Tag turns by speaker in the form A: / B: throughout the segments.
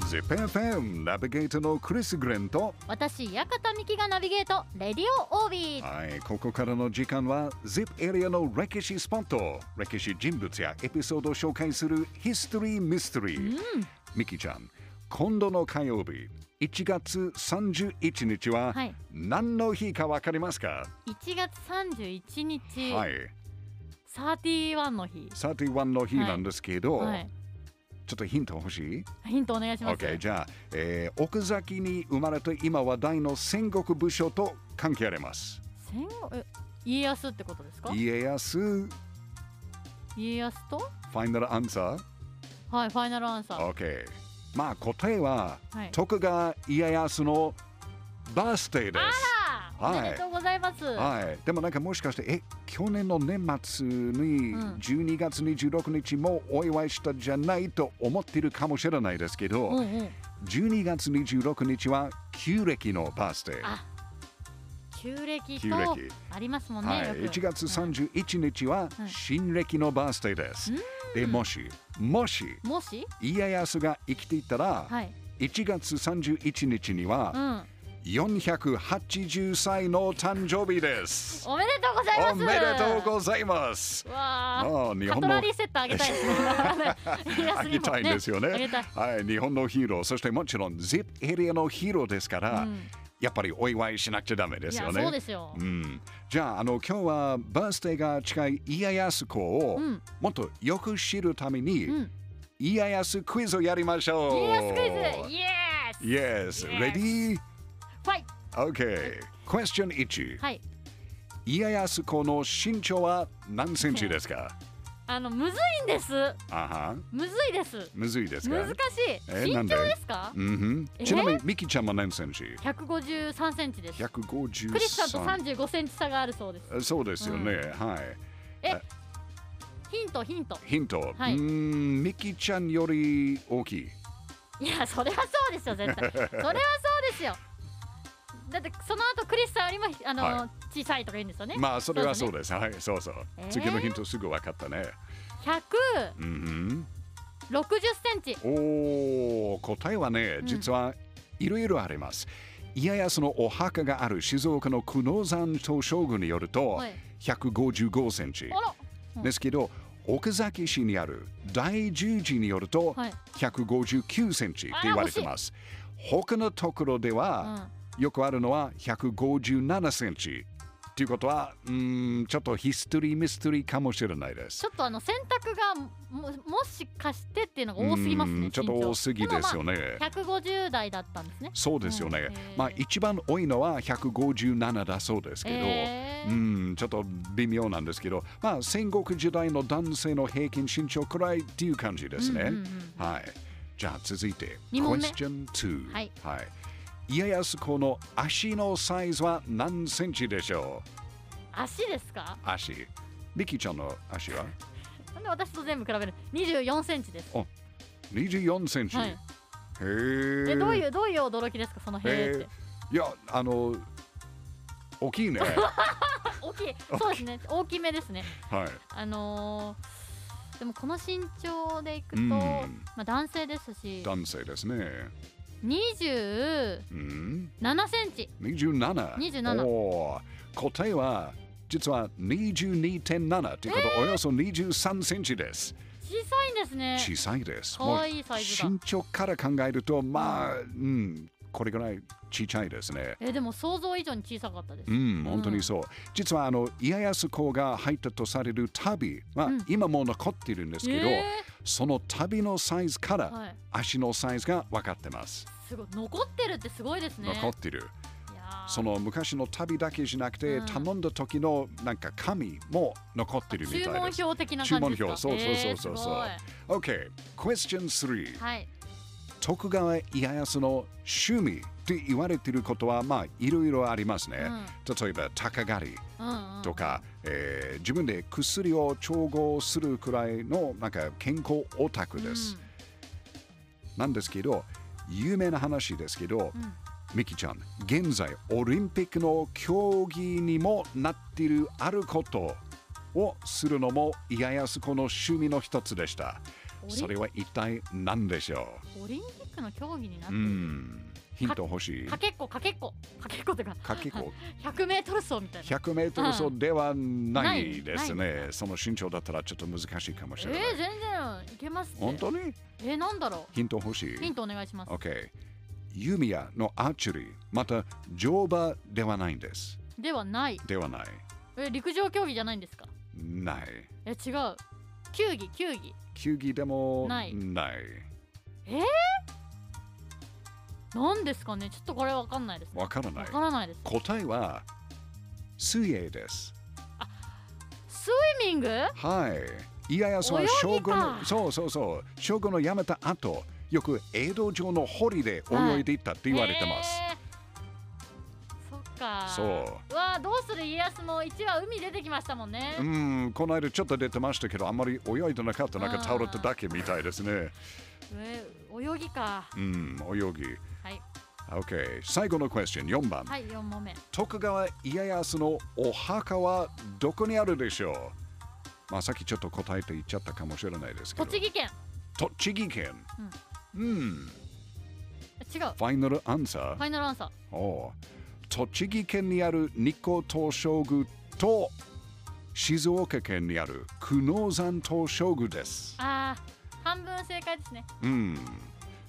A: ZIPFM ナビゲートのクリス・グレンと
B: 私館美希がナビゲートレディオオービー
A: はいここからの時間は ZIP エリアの歴史スポット歴史人物やエピソードを紹介するヒストリー・ミステリーミキちゃん今度の火曜日1月31日は
B: はい
A: 何の日かわかりますか
B: 1月31日、
A: はい
B: 31の日
A: 31の日なんですけど、
B: はい
A: ちょっとヒント欲しい
B: ヒントお願いします、
A: OK じゃあ、えー奥崎に生まれて今話題の戦国武将と関係あります
B: 戦後え家康ってことですか
A: 家康フ
B: 家康と
A: ァイナルアンサ
B: はいファイナルアンサ
A: ー
B: ー
A: OK まあ答えは、
B: はい
A: 徳川家康のバースデーで
B: あら、
A: はい
B: おめでとうございます、
A: すはい、でもなんかもしかしてえ去年の年末に
B: うん
A: 12月26日もお祝いしたじゃないと思ってるかもしれないですけど、
B: うんうん
A: 12月26日は旧暦のバースデー
B: あ旧暦
A: 旧
B: と
A: 暦
B: ありますもんね、
A: は
B: よ
A: い、
B: く
A: 1月31日は
B: はい
A: 新暦のバースデーです。でもし、もし
B: もし
A: 家康が生きていたら、
B: はい
A: 1月31日に
B: う
A: は
B: ん
A: 480歳の誕生日です。
B: おめでとうございます
A: おめでとうございます。
B: わ
A: ああ
B: あ、
A: 日本の
B: カトラリーセットあげたいですね。 家
A: あ
B: 康に
A: げ
B: も
A: たいんですよね
B: あげたい。
A: はい、日本のヒーロー、そしてもちろん ZIP エリアのヒーローですから、
B: うん
A: やっぱりお祝いしなくちゃダメで
B: い
A: す
B: や、
A: よね。
B: そうですよ
A: う。ん、じゃああの今日はバースデーが近い家康公を
B: うん
A: もっとよく知るために、
B: うん。
A: 家康クイズをやりましょう
B: 家康クイズ、イエーイ
A: Yes,
B: Yes.
A: ready?
B: ファイ
A: Okay. Question 1、
B: はい。
A: 家康公の身長は何センチですか
B: あの、むずいんです。
A: あはん、
B: むずいです。
A: むずいですか
B: 難し
A: え
B: い。
A: なん
B: 身
A: で
B: 長ですか
A: うんふん
B: え
A: ちなみにミキちゃんは何センチ
B: ?153 センチです。
A: ?153。
B: クリスさんと35センチ差があるそうです。
A: そうですよね、はい。
B: ヒント、ヒント。
A: ヒント、
B: はい
A: うん、ミキちゃんより大きい。
B: いや、それはそうですよ、絶対。それはそうですよ。だって、その後、クリスさんよりも、あ
A: は
B: の、小さいとか言うんですよね。
A: まあそれはそう
B: だ。
A: です。はい、そうそう。
B: えー
A: 次のヒントすぐ分かったね。
B: 100。
A: うん
B: 60センチ
A: うん、おお、答えはね、
B: ん
A: 実はいろいろあります。家康のお墓がある静岡の久能山東照宮によると
B: はい
A: 155センチ
B: あら
A: ですけど奥崎市にある大十字によると
B: はい
A: 159センチって言われてます。他のところでは、よくあるのは157センチ。ということは、うーん、ちょっとヒストリーミステリーかもしれないです
B: ちょ。っとあの選択がももしかしてっていうのが多すぎます
A: う
B: ね
A: んちょっと多すぎですよ
B: ね
A: ね。
B: 150代だったんですね
A: そうですよね
B: うんへ。ー
A: まあ一番多いのは157だそうですけど、
B: へー
A: うんちょっと微妙なんですけど、まあ戦国時代の男性の平均身長くらいっていう感じですね。
B: うんうん
A: はい。じゃあ続いて、
B: 二問目
A: Question 2。
B: はい
A: い。家康公の足のサイズは何センチでしょう
B: 足ですか
A: 足。リキちゃんの足は
B: なんで私と全部比べる24センチです
A: 24センチ。
B: はい
A: へえ。
B: えどういうどういう驚きですかそのへーって、
A: えーいやあの大きい ねは
B: 大きいそうですね大きめですね
A: い
B: あのーでもこの身長でいくと、
A: うん
B: まあ、男性ですし
A: 男性ですね
B: 27
A: うん
B: センチ
A: 27
B: 27
A: おー答えは実は22.7ということ、およそ23センチです
B: 小さいんですね
A: 小さいです
B: かわいいサイズだ
A: もう身長から考えるとまあうんこれぐらい小さいですね
B: えでも想像以上に小さかったです
A: うん、本当にそう。実はあの家康公が入ったとされる旅は、
B: うん
A: 今も残っているんですけど、
B: え
A: その旅のサイズか
B: ーは
A: ら
B: い
A: 足のサイズが分かってます。
B: すごい残ってるってすごいですね。
A: 残ってる。
B: いやー
A: その昔の旅だけじゃなくて、
B: うん
A: 頼んだ時のなんか紙も残ってるみたい
B: 注文
A: です。
B: 表的な感じですか。
A: 注文表そうそうそうそうそう
B: えーす
A: OK、question 3
B: ごい。はい。
A: 徳川家康の趣味って言われてることはまあいろいろありますね。例えば鷹狩り。
B: うんうん。
A: とか、えー自分で薬を調合するくらいのなんか健康オタクです、なんですけど有名な話ですけど、
B: ん
A: ミキちゃん現在オリンピックの競技にもなっているあることをするのも家康子の趣味の一つでした
B: オリン
A: それは一体何でしょ
B: うん。オリンピッックの競技になっ
A: う
B: ている、
A: んヒント欲しい
B: かけっこかけっこかけっことか
A: かけっこ
B: 100メートル走みたいな
A: 100メートル走ではな
B: ないい
A: です
B: な
A: ね。その身長だったらちょっと難しいかもし
B: え
A: れない。
B: ー、全然いけますって
A: 本当に
B: えー、なんだろ
A: ヒント欲し
B: うヒ
A: い
B: ン。トお願いします
A: OK。弓矢のアーチェリー、また乗馬ではないんです。
B: ではない
A: ではない。
B: えー陸上競技じゃないんですか
A: ない。
B: えー、違う球技球技
A: 球技でも
B: ない
A: ない。
B: なんですかねちょっとこれわかんないですね
A: わからな
B: わ
A: い。
B: からないです
A: 答えは水泳です。
B: スイミング
A: はい。いやいや、そ
B: 泳
A: う、
B: ぎか
A: 将軍の、そうそうそう、将軍の辞めた後、よく江戸城の堀で泳いでいったって言われてます。
B: へーそっか
A: そう。
B: うわあどうする家康も1話海出てきましたもんね
A: うん、この間ちょっと出てましたけど、あんまり泳いでなかった、なんか
B: あー
A: 倒れただけみたいですね。
B: えー泳ぎか
A: うん、泳ぎ。
B: はい
A: OK、最後のクエスチョン、4番。
B: はい4問目
A: 徳川家康のお墓はどこにあるでしょうまあ、さっきちょっと答えて言っちゃったかもしれないですけど。
B: 栃木県
A: 栃木県。うん、
B: 違うフ
A: ファイナルアンサー。
B: ァイナルアンサー
A: おう栃木県にある日光東照宮と静岡県にある久能山東照宮です。
B: あー半分正解ですね
A: うん、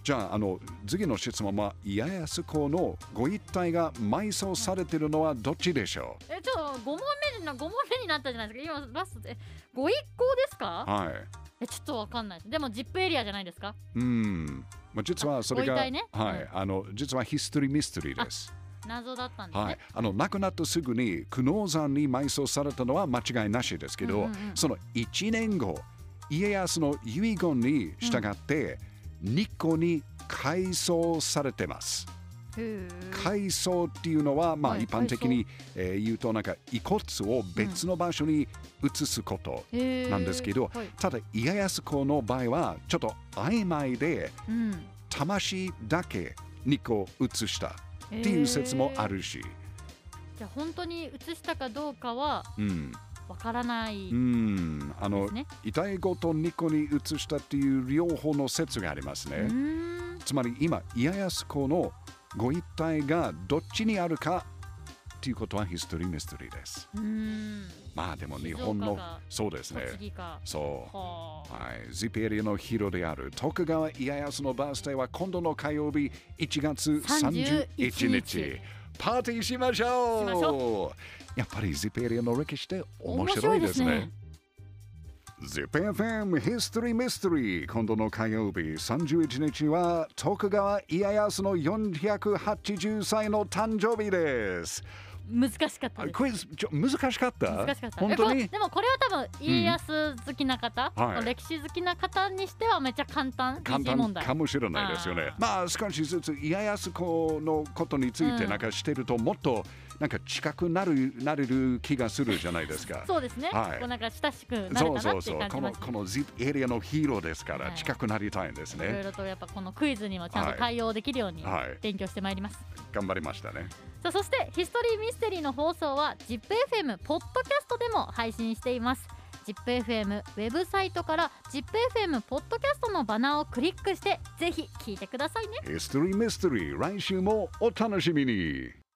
A: じゃああの次の質問は家康公のご一体が埋葬されているのはどっちでしょ
B: えちょっと5問目にな5問目になったじゃないですか今ラストでご一行です
A: う
B: か
A: はい。
B: えちょっとわかんないですでもジップエリアじゃないですか
A: うんまあ、実はそれが、
B: ご遺体ね
A: は
B: う
A: い、あの実はヒストリーミステリーです。
B: 謎だったんですね、
A: はい、あの亡くなってすぐに久能山に埋葬されたのは間違いなしですけど、
B: うんうんうん
A: その1年後家康の遺言に従って、日光に改葬されてます。
B: へー
A: 改葬っていうのは、まあ、
B: はい
A: 一般的に、えー言うとなんか遺骨を別の場所に移すこと
B: へー
A: なんですけど、
B: はい
A: ただ家康公の場合はちょっと曖昧で
B: うん、
A: 魂だけ日光を移したっていう説もあるし。
B: じゃあ本当に移したかどうかは
A: うん
B: わからない
A: うん、あ
B: で
A: の
B: すね。
A: 遺体ごとニコに移したっていう両方の説がありますね。
B: うーん
A: つまり今、家康公のご一体がどっちにあるかっていうことはヒストリーミステリーです。
B: うーん
A: まあでも日本の
B: 静岡が
A: そうですね。
B: 栃木か
A: そう。
B: はあ
A: はい、ジペリアのヒーローである徳川家康のバースデーは今度の火曜日1月31
B: 31
A: 日
B: 日
A: パーティーしましょう
B: しまし
A: やっぱりジペリアの歴史って面白いですね。ZIPFM History Mystery 今度の火曜日31日は徳川家康の480歳の誕生日です。
B: 難しかった
A: あ
B: です
A: クイズちょ難しかった
B: 難しかった
A: 本
B: え
A: 当
B: これ
A: に
B: でもこれは多分家康好きな方、
A: はい
B: 歴史好きな方にしてはめっちゃ簡単
A: 簡
B: 疑似
A: 単
B: 問題
A: かもしれないですよね
B: あ。ー
A: まあ少しずつ家康公のことについて
B: うん
A: なんかしてるともっとなんか近くなるなれる気がするじゃないですか。
B: そうですね、
A: はい
B: こうなんか親しくなれ
A: そ
B: た
A: うそ
B: な
A: う
B: って
A: そ
B: いうう感じ
A: こ
B: ま
A: の
B: した
A: この ZIP エリアのヒーローですから
B: はい
A: 近くなりたいんです
B: いろ
A: ね。
B: いろとやっぱこのクイズにもちゃん
A: はい
B: と対応できるように
A: はい
B: 勉強してまいります、
A: 頑張りましたね。
B: さあそしてヒストリーミステリーの放送は ZIPFM ポッドキャストでも配信しています ZIPFM ウェブサイトから ZIPFM ポッドキャストのバナーをクリックしてぜひ聞いてくださいね
A: ヒストリーミステリー来週もお楽しみに。